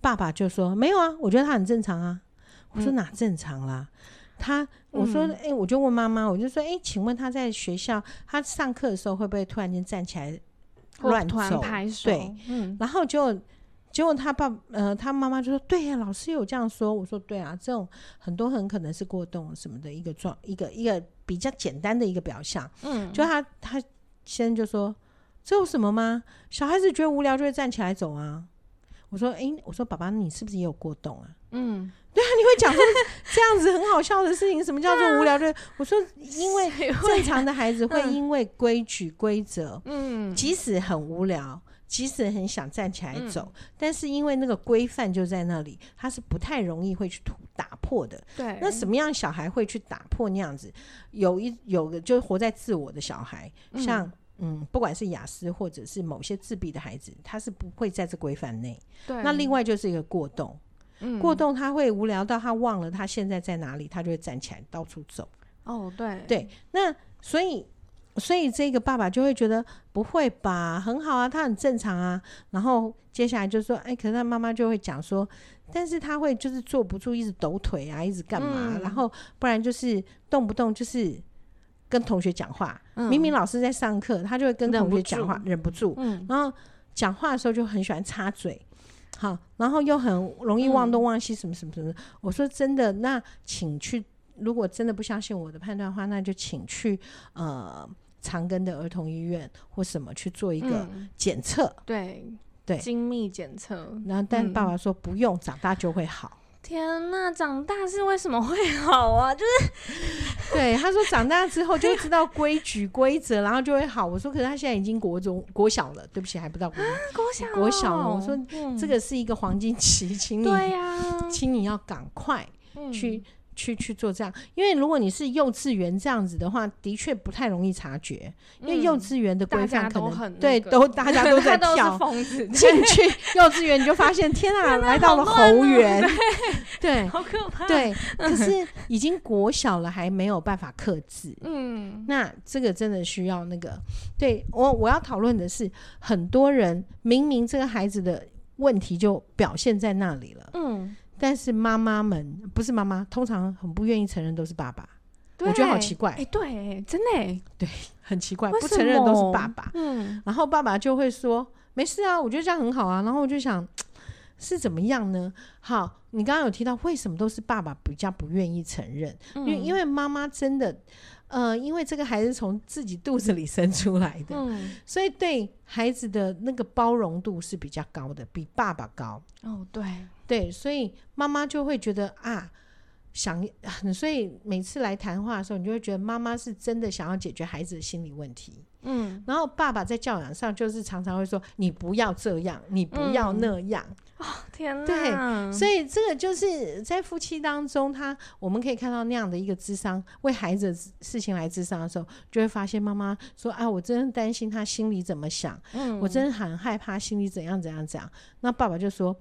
[SPEAKER 2] 爸爸就说没有啊，我觉得他很正常啊。我说
[SPEAKER 1] 嗯
[SPEAKER 2] 哪正常啦？他我说
[SPEAKER 1] 嗯
[SPEAKER 2] 哎、诶我就问妈妈，我就说哎、诶请问他在学校他上课的时候会不会突然间站起来
[SPEAKER 1] 或
[SPEAKER 2] 乱
[SPEAKER 1] 哦突然
[SPEAKER 2] 走？
[SPEAKER 1] 拍手，
[SPEAKER 2] 对，
[SPEAKER 1] 嗯，
[SPEAKER 2] 然后结果结果他爸呃他妈妈就说：“对呀、老师有这样说。”我说：“对啊，这种很多很可能是过动什么的一个状一个一个比较简单的一个表象。”
[SPEAKER 1] 嗯，
[SPEAKER 2] 就他他先就说：“这有什么吗？小孩子觉得无聊就会站起来走啊。”我说：“诶，我说爸爸，你是不是也有过动啊？”
[SPEAKER 1] 嗯，
[SPEAKER 2] 你会讲说这样子很好笑的事情，什么叫做无聊就？我说，因为
[SPEAKER 1] 谁会啊
[SPEAKER 2] 正常的孩子会
[SPEAKER 1] 嗯
[SPEAKER 2] 因为规矩规则，
[SPEAKER 1] 嗯，
[SPEAKER 2] 即使很无聊，即使很想站起来走，
[SPEAKER 1] 嗯
[SPEAKER 2] 但是因为那个规范就在那里，他是不太容易会去突打破的。
[SPEAKER 1] 对，
[SPEAKER 2] 那什么样小孩会去打破那样子？有一有个就是活在自我的小孩，
[SPEAKER 1] 嗯
[SPEAKER 2] 像嗯，不管是雅思或者是某些自闭的孩子，他是不会在这规范内。
[SPEAKER 1] 对，
[SPEAKER 2] 那另外就是一个过动，
[SPEAKER 1] 嗯
[SPEAKER 2] 过动他会无聊到他忘了他现在在哪里，他就会站起来到处走。
[SPEAKER 1] 哦，对
[SPEAKER 2] 对，那所以所以这个爸爸就会觉得不会吧，很好啊，他很正常啊。然后接下来就说，哎、可是他妈妈就会讲说，但是他会就是坐不住，一直抖腿啊，一直干嘛啊、
[SPEAKER 1] 嗯
[SPEAKER 2] 然后不然就是动不动就是。跟同学讲话，
[SPEAKER 1] 嗯
[SPEAKER 2] 明明老师在上课，他就会跟
[SPEAKER 1] 忍
[SPEAKER 2] 同
[SPEAKER 1] 不
[SPEAKER 2] 学讲话，忍不住。
[SPEAKER 1] 嗯
[SPEAKER 2] 然后讲话的时候就很喜欢插嘴，好，然后又很容易忘东忘西，什么什么什么。我说真的，那请去，如果真的不相信我的判断的话，那就请去呃长庚的儿童医院或什么去做一个
[SPEAKER 1] 嗯
[SPEAKER 2] 检测。
[SPEAKER 1] 对
[SPEAKER 2] 对
[SPEAKER 1] 精密检测，
[SPEAKER 2] 然后，但
[SPEAKER 1] 嗯
[SPEAKER 2] 爸爸说不用，长大就会好。
[SPEAKER 1] 天呐，长大是为什么会好啊？就是
[SPEAKER 2] 对，他说长大之后就会知道规矩规则，然后就会好。我说，可是他现在已经国中国小了，对不起，还不到国中
[SPEAKER 1] 国小
[SPEAKER 2] 国小了。我
[SPEAKER 1] 哦
[SPEAKER 2] 说
[SPEAKER 1] 嗯
[SPEAKER 2] 这个是一个黄金期，请你，
[SPEAKER 1] 对呀，
[SPEAKER 2] 请你要赶快
[SPEAKER 1] 嗯
[SPEAKER 2] 去去去做这样，因为如果你是幼稚园这样子的话，的确不太容易察觉，因为幼稚园的
[SPEAKER 1] 嗯
[SPEAKER 2] 规
[SPEAKER 1] 大家
[SPEAKER 2] 范可
[SPEAKER 1] 都
[SPEAKER 2] 能、
[SPEAKER 1] 很那
[SPEAKER 2] 对
[SPEAKER 1] 个
[SPEAKER 2] 都大 家都
[SPEAKER 1] 他
[SPEAKER 2] 在
[SPEAKER 1] 都是
[SPEAKER 2] 跳。
[SPEAKER 1] 疯子，
[SPEAKER 2] 进去幼稚园你就发现，天啊，来到了
[SPEAKER 3] 好乱
[SPEAKER 2] 猴
[SPEAKER 3] 哦
[SPEAKER 2] 园，对
[SPEAKER 3] 好可怕。，
[SPEAKER 2] 对，可是已经国小了，还没有办法克制。
[SPEAKER 1] 嗯，
[SPEAKER 2] 那这个真的需要那个，对我我要讨论的是，很多人明明这个孩子的问题就表现在那里了，
[SPEAKER 1] 嗯，
[SPEAKER 2] 但是妈妈们不是妈妈，通常很不愿意承认都是爸爸，
[SPEAKER 1] 对
[SPEAKER 2] 我觉得好奇怪，
[SPEAKER 1] 哎、对，真的、欸，
[SPEAKER 2] 很奇怪，
[SPEAKER 1] 为
[SPEAKER 2] 不
[SPEAKER 1] 什
[SPEAKER 2] 承认都
[SPEAKER 1] 么
[SPEAKER 2] 是爸爸，
[SPEAKER 1] 嗯，
[SPEAKER 2] 然后爸爸就会说没事啊，我觉得这样很好啊，然后我就想。是怎么样呢？好，你刚刚有提到为什么都是爸爸比较不愿意承认，因为因
[SPEAKER 1] 为，
[SPEAKER 2] 为妈妈真的，呃，因为这个孩子从自己肚子里生出来的，
[SPEAKER 1] 嗯，
[SPEAKER 2] 所以对孩子的那个包容度是比较高的，比爸爸高。
[SPEAKER 1] 哦，对，
[SPEAKER 2] 对，所以妈妈就会觉得啊，想，所以每次来谈话的时候，你就会觉得妈妈是真的想要解决孩子的心理问题，
[SPEAKER 1] 嗯，
[SPEAKER 2] 然后爸爸在教养上就是常常会说你不要这样，你不要
[SPEAKER 1] 嗯
[SPEAKER 2] 那样。
[SPEAKER 1] 天
[SPEAKER 2] 对
[SPEAKER 1] 哪，
[SPEAKER 2] 所以这个就是在夫妻当中，他我们可以看到那样的一个智商，为孩子的事情来智商的时候，就会发现妈妈说啊，我真的担心他心里怎么想，
[SPEAKER 1] 嗯
[SPEAKER 2] 我真的很害怕心里怎样怎样怎样。那爸爸就说，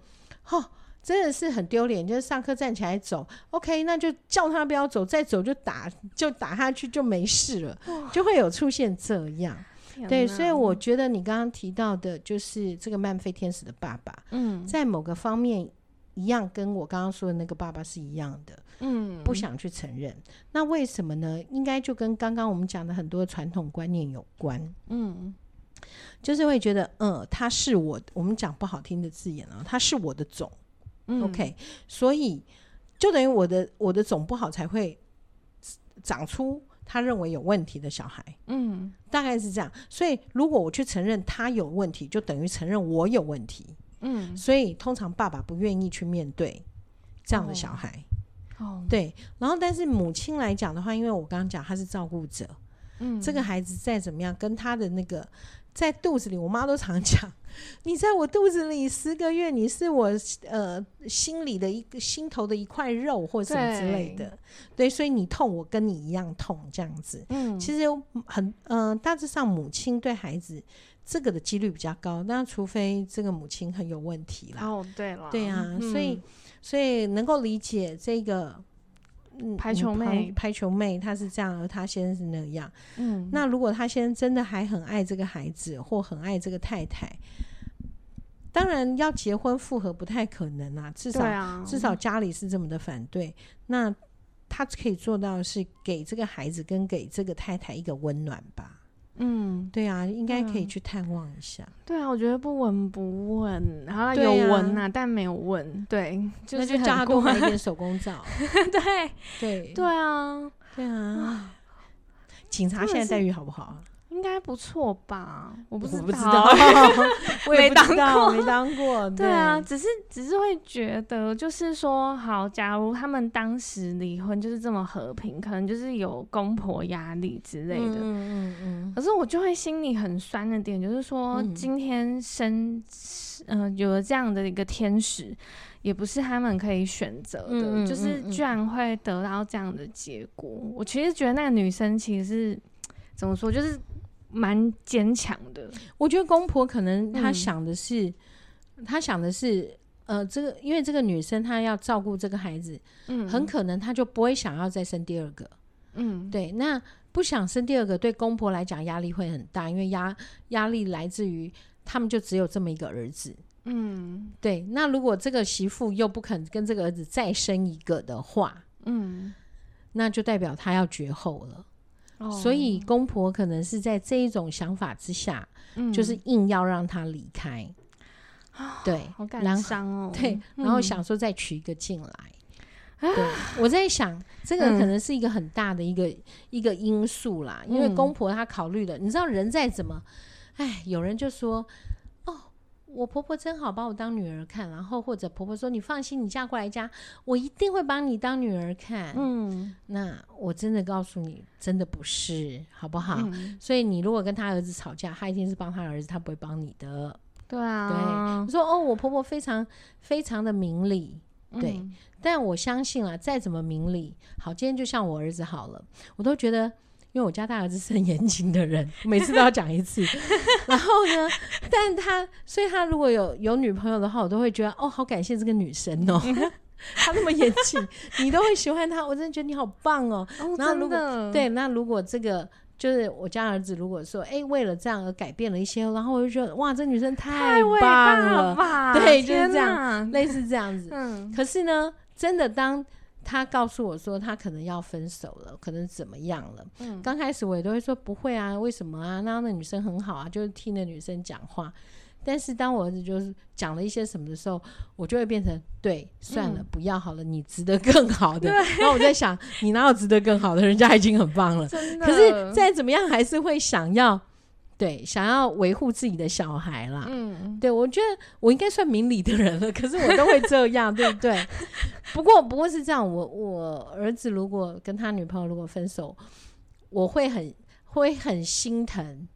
[SPEAKER 2] 哦。真的是很丢脸，就是上课站起来走，OK，那就叫他不要走，再走就打，就打下去就没事了，就会有出现这样。
[SPEAKER 1] 天
[SPEAKER 2] 对，
[SPEAKER 1] 哪
[SPEAKER 2] 所以我觉得你刚刚提到的，就是这个漫飞天使的爸爸，
[SPEAKER 1] 嗯
[SPEAKER 2] 在某个方面一样，跟我刚刚说的那个爸爸是一样的，
[SPEAKER 1] 嗯
[SPEAKER 2] 不想去承认。那为什么呢？应该就跟刚刚我们讲的很多传统观念有关，
[SPEAKER 1] 嗯
[SPEAKER 2] 就是会觉得，嗯，他是我，我们讲不好听的字眼啊，他是我的种、
[SPEAKER 1] 嗯
[SPEAKER 2] o k 所以就等于我的我的种不好才会长出他认为有问题的小孩。
[SPEAKER 1] 嗯
[SPEAKER 2] 大概是这样，所以如果我去承认他有问题，就等于承认我有问题。
[SPEAKER 1] 嗯，
[SPEAKER 2] 所以通常爸爸不愿意去面对这样的小孩。
[SPEAKER 1] 哦，
[SPEAKER 2] 对，然后但是母亲来讲的话，因为我刚刚讲她是照顾者，
[SPEAKER 1] 嗯，
[SPEAKER 2] 这个孩子再怎么样，跟他的那个在肚子里，我妈都常讲，你在我肚子里十个月，你是我呃心里的一个心头的一块肉或什么之类的，对，所以你痛，我跟你一样痛，这样子。
[SPEAKER 1] 嗯，
[SPEAKER 2] 其实很呃，大致上母亲对孩子这个的几率比较高，那除非这个母亲很有问题啦。
[SPEAKER 1] 哦，对了，
[SPEAKER 2] 对啊，所以所以能够理解这个。嗯
[SPEAKER 1] 排
[SPEAKER 2] 你
[SPEAKER 1] 球
[SPEAKER 2] 旁
[SPEAKER 1] 妹
[SPEAKER 2] 排球妹，她是这样，而她先生是那样。
[SPEAKER 1] 嗯，
[SPEAKER 2] 那如果她先生真的还很爱这个孩子，或很爱这个太太，当然要结婚复合不太可能啦、至少、
[SPEAKER 1] 对啊，
[SPEAKER 2] 至少家里是这么的反对。那她可以做到的是给这个孩子跟给这个太太一个温暖吧？
[SPEAKER 1] 嗯，
[SPEAKER 2] 对啊，应该可以
[SPEAKER 1] 嗯
[SPEAKER 2] 去探望一下。
[SPEAKER 1] 对啊，我觉得不闻不问，好啦，
[SPEAKER 2] 对
[SPEAKER 1] 有
[SPEAKER 2] 啊
[SPEAKER 1] 闻啊，但没有问，对，就
[SPEAKER 2] 那
[SPEAKER 1] 是
[SPEAKER 2] 就叫她
[SPEAKER 1] 很
[SPEAKER 2] 多买一
[SPEAKER 1] 怪，
[SPEAKER 2] 点手工皂。
[SPEAKER 1] 对
[SPEAKER 2] 对
[SPEAKER 1] 对啊，
[SPEAKER 2] 对啊， 警察
[SPEAKER 1] 真的
[SPEAKER 2] 现在
[SPEAKER 1] 是
[SPEAKER 2] 待遇好不好啊？
[SPEAKER 1] 应该不错吧？我不
[SPEAKER 2] 我
[SPEAKER 1] 知
[SPEAKER 2] 不知道， 我也
[SPEAKER 1] 没
[SPEAKER 2] 不
[SPEAKER 1] 当
[SPEAKER 2] 知道
[SPEAKER 1] 过
[SPEAKER 2] 没当过。
[SPEAKER 1] 对啊，，只是只是会觉得，就是说，好，假如他们当时离婚就是这么和平，可能就是有公婆压力之类的。
[SPEAKER 2] 嗯嗯嗯
[SPEAKER 1] 可是我就会心里很酸的点，就是说，
[SPEAKER 2] 嗯
[SPEAKER 1] 今天生，嗯、有了这样的一个天使，也不是他们可以选择的，
[SPEAKER 2] 嗯嗯
[SPEAKER 1] 就是
[SPEAKER 2] 嗯嗯
[SPEAKER 1] 居然会得到这样的结果。我其实觉得那个女生其实是怎么说，就是蛮坚强的。
[SPEAKER 2] 嗯，我觉得公婆可能她
[SPEAKER 1] 嗯
[SPEAKER 2] 想的是，她想的是。呃，这个因为这个女生她要照顾这个孩子，
[SPEAKER 1] 嗯，
[SPEAKER 2] 很可能她就不会想要再生第二个。
[SPEAKER 1] 嗯，
[SPEAKER 2] 对，那不想生第二个，对公婆来讲压力会很大，因为压压力来自于他们就只有这么一个儿子。
[SPEAKER 1] 嗯
[SPEAKER 2] 对，那如果这个媳妇又不肯跟这个儿子再生一个的话，
[SPEAKER 1] 嗯，
[SPEAKER 2] 那就代表她要绝后了。
[SPEAKER 1] 哦
[SPEAKER 2] 所以公婆可能是在这一种想法之下，
[SPEAKER 1] 嗯
[SPEAKER 2] 就是硬要让他离开。对，
[SPEAKER 1] 好
[SPEAKER 2] 然
[SPEAKER 1] 感
[SPEAKER 2] 后
[SPEAKER 1] 伤哦。
[SPEAKER 2] 对，
[SPEAKER 1] 嗯啊
[SPEAKER 2] 然后，想说再娶一个进来。对，我在想这个
[SPEAKER 1] 嗯
[SPEAKER 2] 可能是一个很大的一个、一个因素啦，因为
[SPEAKER 1] 嗯
[SPEAKER 2] 公婆她考虑了，你知道人再怎么，哎，有人就说，哦，我婆婆真好，把我当女儿看，然后或者婆婆说你放心，你嫁过来家，我一定会把你当女儿看。
[SPEAKER 1] 嗯，
[SPEAKER 2] 那我真的告诉你，真的不是，好不好？
[SPEAKER 1] 嗯
[SPEAKER 2] 所以你如果跟他儿子吵架，他一定是帮他儿子，他不会帮你的。
[SPEAKER 1] 对啊
[SPEAKER 2] 我，说哦，我婆婆非常非常的明理，对
[SPEAKER 1] 嗯
[SPEAKER 2] 但我相信啊，再怎么明理，好，今天就像我儿子好了，我都觉得。因为我家大儿子是很严谨的人，每次都要讲一次。然后呢，但他所以他如果有有女朋友的话，我都会觉得哦，好感谢这个女生哦，她那么严谨，你都会喜欢她，我真的觉得你好棒哦。
[SPEAKER 1] 哦，
[SPEAKER 2] 然后
[SPEAKER 1] 真
[SPEAKER 2] 如果
[SPEAKER 1] 的，
[SPEAKER 2] 对，那如果这个就是我家儿子，如果说哎、为了这样而改变了一些，然后我就觉得哇，这女生太
[SPEAKER 1] 太伟
[SPEAKER 2] 棒
[SPEAKER 1] 大
[SPEAKER 2] 了，
[SPEAKER 1] 吧？
[SPEAKER 2] 对就是
[SPEAKER 1] 天
[SPEAKER 2] 这样
[SPEAKER 1] 哪，
[SPEAKER 2] 类似这样子。
[SPEAKER 1] 嗯，
[SPEAKER 2] 可是呢，真的当他告诉我说他可能要分手了，可能怎么样了，
[SPEAKER 1] 嗯
[SPEAKER 2] 刚开始我也都会说不会啊，为什么啊？那那女生很好啊，就是替那女生讲话。但是当我儿子就是讲了一些什么的时候，我就会变成对，算了，
[SPEAKER 1] 嗯
[SPEAKER 2] 不要好了，你值得更好的。然后我在想，你哪有值得更好的？人家已经很棒了。
[SPEAKER 1] 真的，
[SPEAKER 2] 可是再怎么样，还是会想要对，想要维护自己的小孩啦。
[SPEAKER 1] 嗯，
[SPEAKER 2] 对，我觉得我应该算明理的人了，可是我都会这 样，对不对？不过，不过是这样，我我儿子如果跟他女朋友如果分手，我会很会很心疼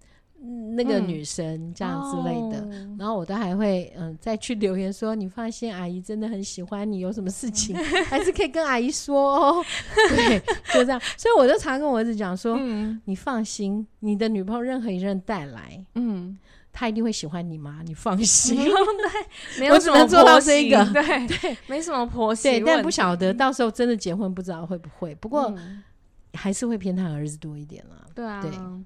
[SPEAKER 2] 嗯那个
[SPEAKER 1] 嗯
[SPEAKER 2] 女生这样之类的。
[SPEAKER 1] 哦
[SPEAKER 2] 然后我都还会嗯再去留言说，你放心，阿姨真的很喜欢你，有什么事情还是可以跟阿姨说哦。对，就这样。所以我就常跟我儿子讲说，
[SPEAKER 1] 嗯
[SPEAKER 2] 你放心，你的女朋友任何一任带来，
[SPEAKER 1] 嗯，
[SPEAKER 2] 她一定会喜欢你妈，你放心。
[SPEAKER 1] 没
[SPEAKER 2] 我
[SPEAKER 1] 有
[SPEAKER 2] 只
[SPEAKER 1] 什么
[SPEAKER 2] 能做到
[SPEAKER 1] 婆
[SPEAKER 2] 这
[SPEAKER 1] 媳
[SPEAKER 2] 个
[SPEAKER 1] 对对，没什么婆媳问嗯
[SPEAKER 2] 对，
[SPEAKER 1] 题，
[SPEAKER 2] 但不晓得到时候真的结婚，不知道会不会。不
[SPEAKER 1] 不
[SPEAKER 2] 过还是会偏袒儿子多一点啦。
[SPEAKER 1] 对啊
[SPEAKER 2] 对，嗯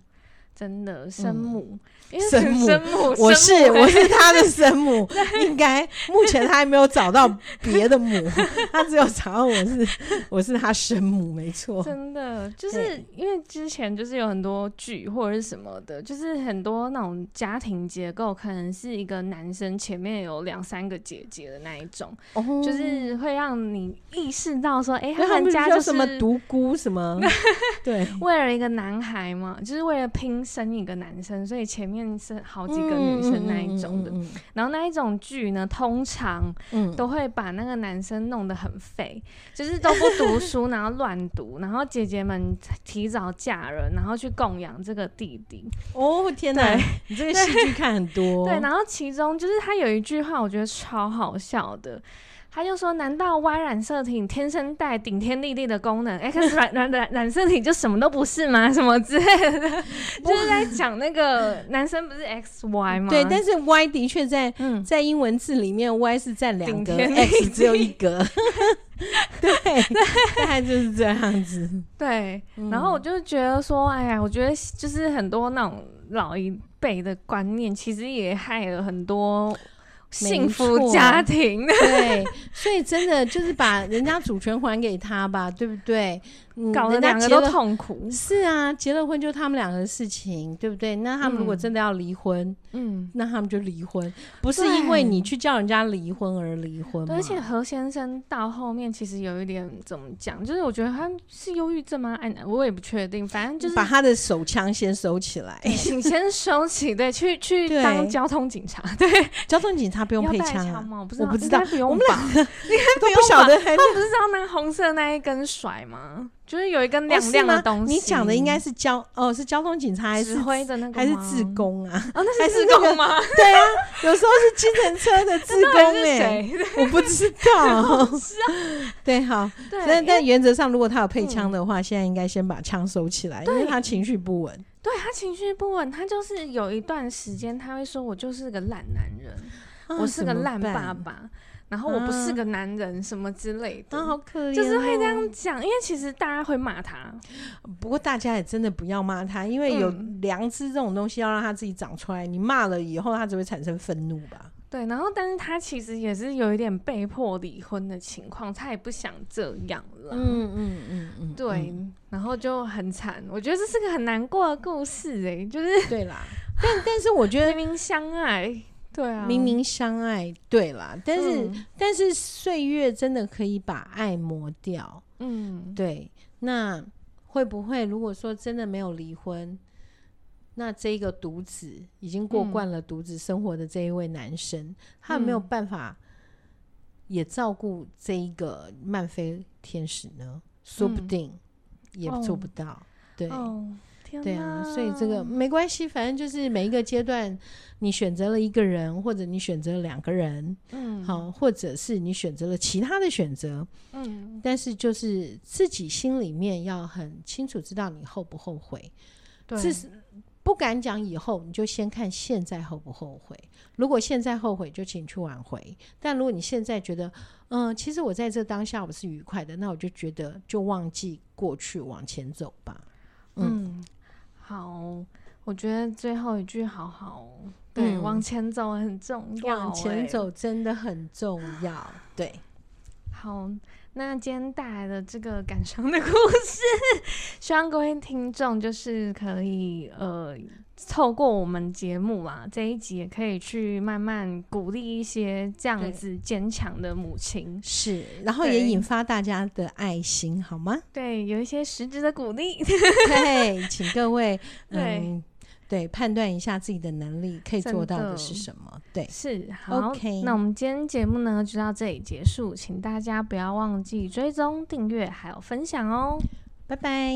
[SPEAKER 1] 真的生母，因为
[SPEAKER 2] 生
[SPEAKER 1] 是
[SPEAKER 2] 母
[SPEAKER 1] 生母，
[SPEAKER 2] 我是
[SPEAKER 1] 生母
[SPEAKER 2] 我是他的 生母，应该目前他还没有找到别的母， 他只有找到我是我是他生母，没错。
[SPEAKER 1] 真的，就是
[SPEAKER 2] 对
[SPEAKER 1] 因为之前就是有很多剧或者是什么的，就是很多那种家庭结构，可能是一个男生前面有两三个姐姐的那一种，
[SPEAKER 2] 哦
[SPEAKER 1] 就是会让你意识到说，哎、
[SPEAKER 2] 那他
[SPEAKER 1] 们
[SPEAKER 2] 们
[SPEAKER 1] 家
[SPEAKER 2] 叫
[SPEAKER 1] 就
[SPEAKER 2] 什么
[SPEAKER 1] 是
[SPEAKER 2] 独孤什 么？对，
[SPEAKER 1] 为了一个男孩嘛，就是为了拼生一个男生，所以前面是好几个女生那一种的。
[SPEAKER 2] 嗯，嗯嗯
[SPEAKER 1] 然后那一种剧呢，通常
[SPEAKER 2] 嗯嗯
[SPEAKER 1] 都会把那个男生弄得很废，就是都不读 书，然后乱读，然后姐姐们提早嫁人，然后去供养这个弟弟。
[SPEAKER 2] 哦天哪
[SPEAKER 1] 对，
[SPEAKER 2] 你这个戏剧看很多。
[SPEAKER 1] 对，然后其中就是他有一句话，我觉得超好笑的。他就说：“难道 Y 染色体天生带顶天立地的功能，X 染染染染色体就什么都不是吗？什么之类的， 就是在讲那个男生不是 X Y 吗？
[SPEAKER 2] 对，但是 Y 的确在
[SPEAKER 1] 嗯，
[SPEAKER 2] 在英文字里面，Y 是占两个
[SPEAKER 1] 顶天立地
[SPEAKER 2] ，X 只有一格。 对，大概就是这样子。
[SPEAKER 1] 对，
[SPEAKER 2] 嗯
[SPEAKER 1] 然后我就觉得说，哎呀，我觉得就是很多那种老一辈的观念，其实也害了很多幸福家庭。
[SPEAKER 2] 对，所以真的就是把人家主权还给他吧，对不对？嗯，
[SPEAKER 1] 搞得
[SPEAKER 2] 人家
[SPEAKER 1] 两个
[SPEAKER 2] 结
[SPEAKER 1] 都
[SPEAKER 2] 了
[SPEAKER 1] 痛苦。
[SPEAKER 2] 是啊，结了婚就他们两个的事情，对不对？那他们如果
[SPEAKER 1] 嗯
[SPEAKER 2] 真的要离婚，
[SPEAKER 1] 嗯，
[SPEAKER 2] 那他们就离婚，不是因为你去叫人家离婚而离婚嘛。
[SPEAKER 1] 而且何先生到后面其实有一点怎么讲，就是我觉得他是忧郁症吗？哎，我也不确定，反正就是
[SPEAKER 2] 把他的手枪先收起来，
[SPEAKER 1] 请先收起，对，去去
[SPEAKER 2] 对
[SPEAKER 1] 当交通警察，对，
[SPEAKER 2] 交通警察不
[SPEAKER 1] 不
[SPEAKER 2] 用配
[SPEAKER 1] 枪
[SPEAKER 2] 枪啊，
[SPEAKER 1] 吗？我不知
[SPEAKER 2] 我
[SPEAKER 1] 道，
[SPEAKER 2] 不知道
[SPEAKER 1] 应该 不
[SPEAKER 2] 我
[SPEAKER 1] 用
[SPEAKER 2] 们
[SPEAKER 1] 吧？
[SPEAKER 2] 都不哦
[SPEAKER 1] 用
[SPEAKER 2] 晓
[SPEAKER 1] 吧
[SPEAKER 2] 得还
[SPEAKER 1] 他们不是要拿红色那一根甩吗？就是有一根
[SPEAKER 2] 哦
[SPEAKER 1] 亮
[SPEAKER 2] 是
[SPEAKER 1] 亮的
[SPEAKER 2] 吗
[SPEAKER 1] 东西。
[SPEAKER 2] 你讲的应该是交哦，是交通警察还是
[SPEAKER 1] 指挥的那个
[SPEAKER 2] 还是
[SPEAKER 1] 吗
[SPEAKER 2] 自？工啊？
[SPEAKER 1] 哦，那
[SPEAKER 2] 还
[SPEAKER 1] 是
[SPEAKER 2] 是
[SPEAKER 1] 自
[SPEAKER 2] 那个
[SPEAKER 1] 贡 吗？
[SPEAKER 2] 对啊，有时候是计程车的 自工
[SPEAKER 1] 是
[SPEAKER 2] 哎、
[SPEAKER 1] 谁？
[SPEAKER 2] 我不知 道。啊对，嗯好，
[SPEAKER 1] 对，
[SPEAKER 2] 但
[SPEAKER 1] 因为
[SPEAKER 2] 但原则上，如果他有配枪的话，现在应该先把枪收起来，因为他情绪不稳。
[SPEAKER 1] 对他情绪不稳，他就是有一段时间他会说：“我就是个烂男人，
[SPEAKER 2] 啊
[SPEAKER 1] 我是个烂爸。
[SPEAKER 2] 怎么办嗯
[SPEAKER 1] 爸，然后我不是个男人，什么之类
[SPEAKER 2] 啊，
[SPEAKER 1] 的。”
[SPEAKER 2] 好哦可怜、哦
[SPEAKER 1] 就是会这。样讲，因为其实大家会骂他，
[SPEAKER 2] 不过大家也真的不要骂他，因为有
[SPEAKER 1] 嗯
[SPEAKER 2] 良知这种东西要让他自己长出来。你骂了以后，他只会产生愤怒吧？
[SPEAKER 1] 对，然后但是他其实也是有一点被迫离婚的情况，他也不想这样了。
[SPEAKER 2] 嗯嗯嗯
[SPEAKER 1] 对，然后就很惨。我觉得这是个很难过的故事哎、就是
[SPEAKER 2] 对啦。 但但是我觉得
[SPEAKER 1] 明明相爱，对啊，
[SPEAKER 2] 明明相爱，对啦，但是、
[SPEAKER 1] 嗯
[SPEAKER 2] 但是岁月真的可以把爱磨掉，
[SPEAKER 1] 嗯，
[SPEAKER 2] 对。那会不会如果说真的没有离婚，那这个独子已经过
[SPEAKER 1] 嗯
[SPEAKER 2] 惯了独子生活的这一位男生，他有没有
[SPEAKER 1] 嗯
[SPEAKER 2] 办法也照顾这一个曼菲天使呢？说不
[SPEAKER 1] 嗯
[SPEAKER 2] 定也
[SPEAKER 1] 哦
[SPEAKER 2] 做不到，对。
[SPEAKER 1] 哦，天哪，
[SPEAKER 2] 对啊，所以这个没关系，反正就是每一个阶段，你选择了一个人，或者你选择了两个人，
[SPEAKER 1] 嗯，
[SPEAKER 2] 好、或者是你选择了其他的选择，
[SPEAKER 1] 嗯，
[SPEAKER 2] 但是就是自己心里面要很清楚知道你后不后悔，
[SPEAKER 1] 对，
[SPEAKER 2] 至少不敢讲以后，你就先看现在后不后悔。如果现在后悔，就请去挽回；但如果你现在觉得，嗯、其实我在这当下我是愉快的，那我就觉得就忘记过去，往前走吧。
[SPEAKER 1] 嗯，好，我觉得最后一句好好哦，对，
[SPEAKER 2] 嗯
[SPEAKER 1] 往前走很重要，哎
[SPEAKER 2] 往前。走真的很重 要，对。
[SPEAKER 1] 好，那今天带来的这个感伤的故事， 希望各位听众就是可以呃，透过我们节目啊这一集，也可以去慢慢鼓励一些这样
[SPEAKER 2] 对
[SPEAKER 1] 子坚强的母亲，
[SPEAKER 2] 是，然后也
[SPEAKER 1] 对
[SPEAKER 2] 引发大家的爱心，好 吗？
[SPEAKER 1] 对，有一些实质的鼓励。
[SPEAKER 2] 对，请各位，嗯，对，判断一下自己的能力可以做到的是
[SPEAKER 1] 真的
[SPEAKER 2] 什么。对，
[SPEAKER 1] 是好
[SPEAKER 2] OK
[SPEAKER 1] 那我们今天节目呢就到这里结束，请大家不要忘记追踪、订阅还有分享哦。
[SPEAKER 2] 拜拜。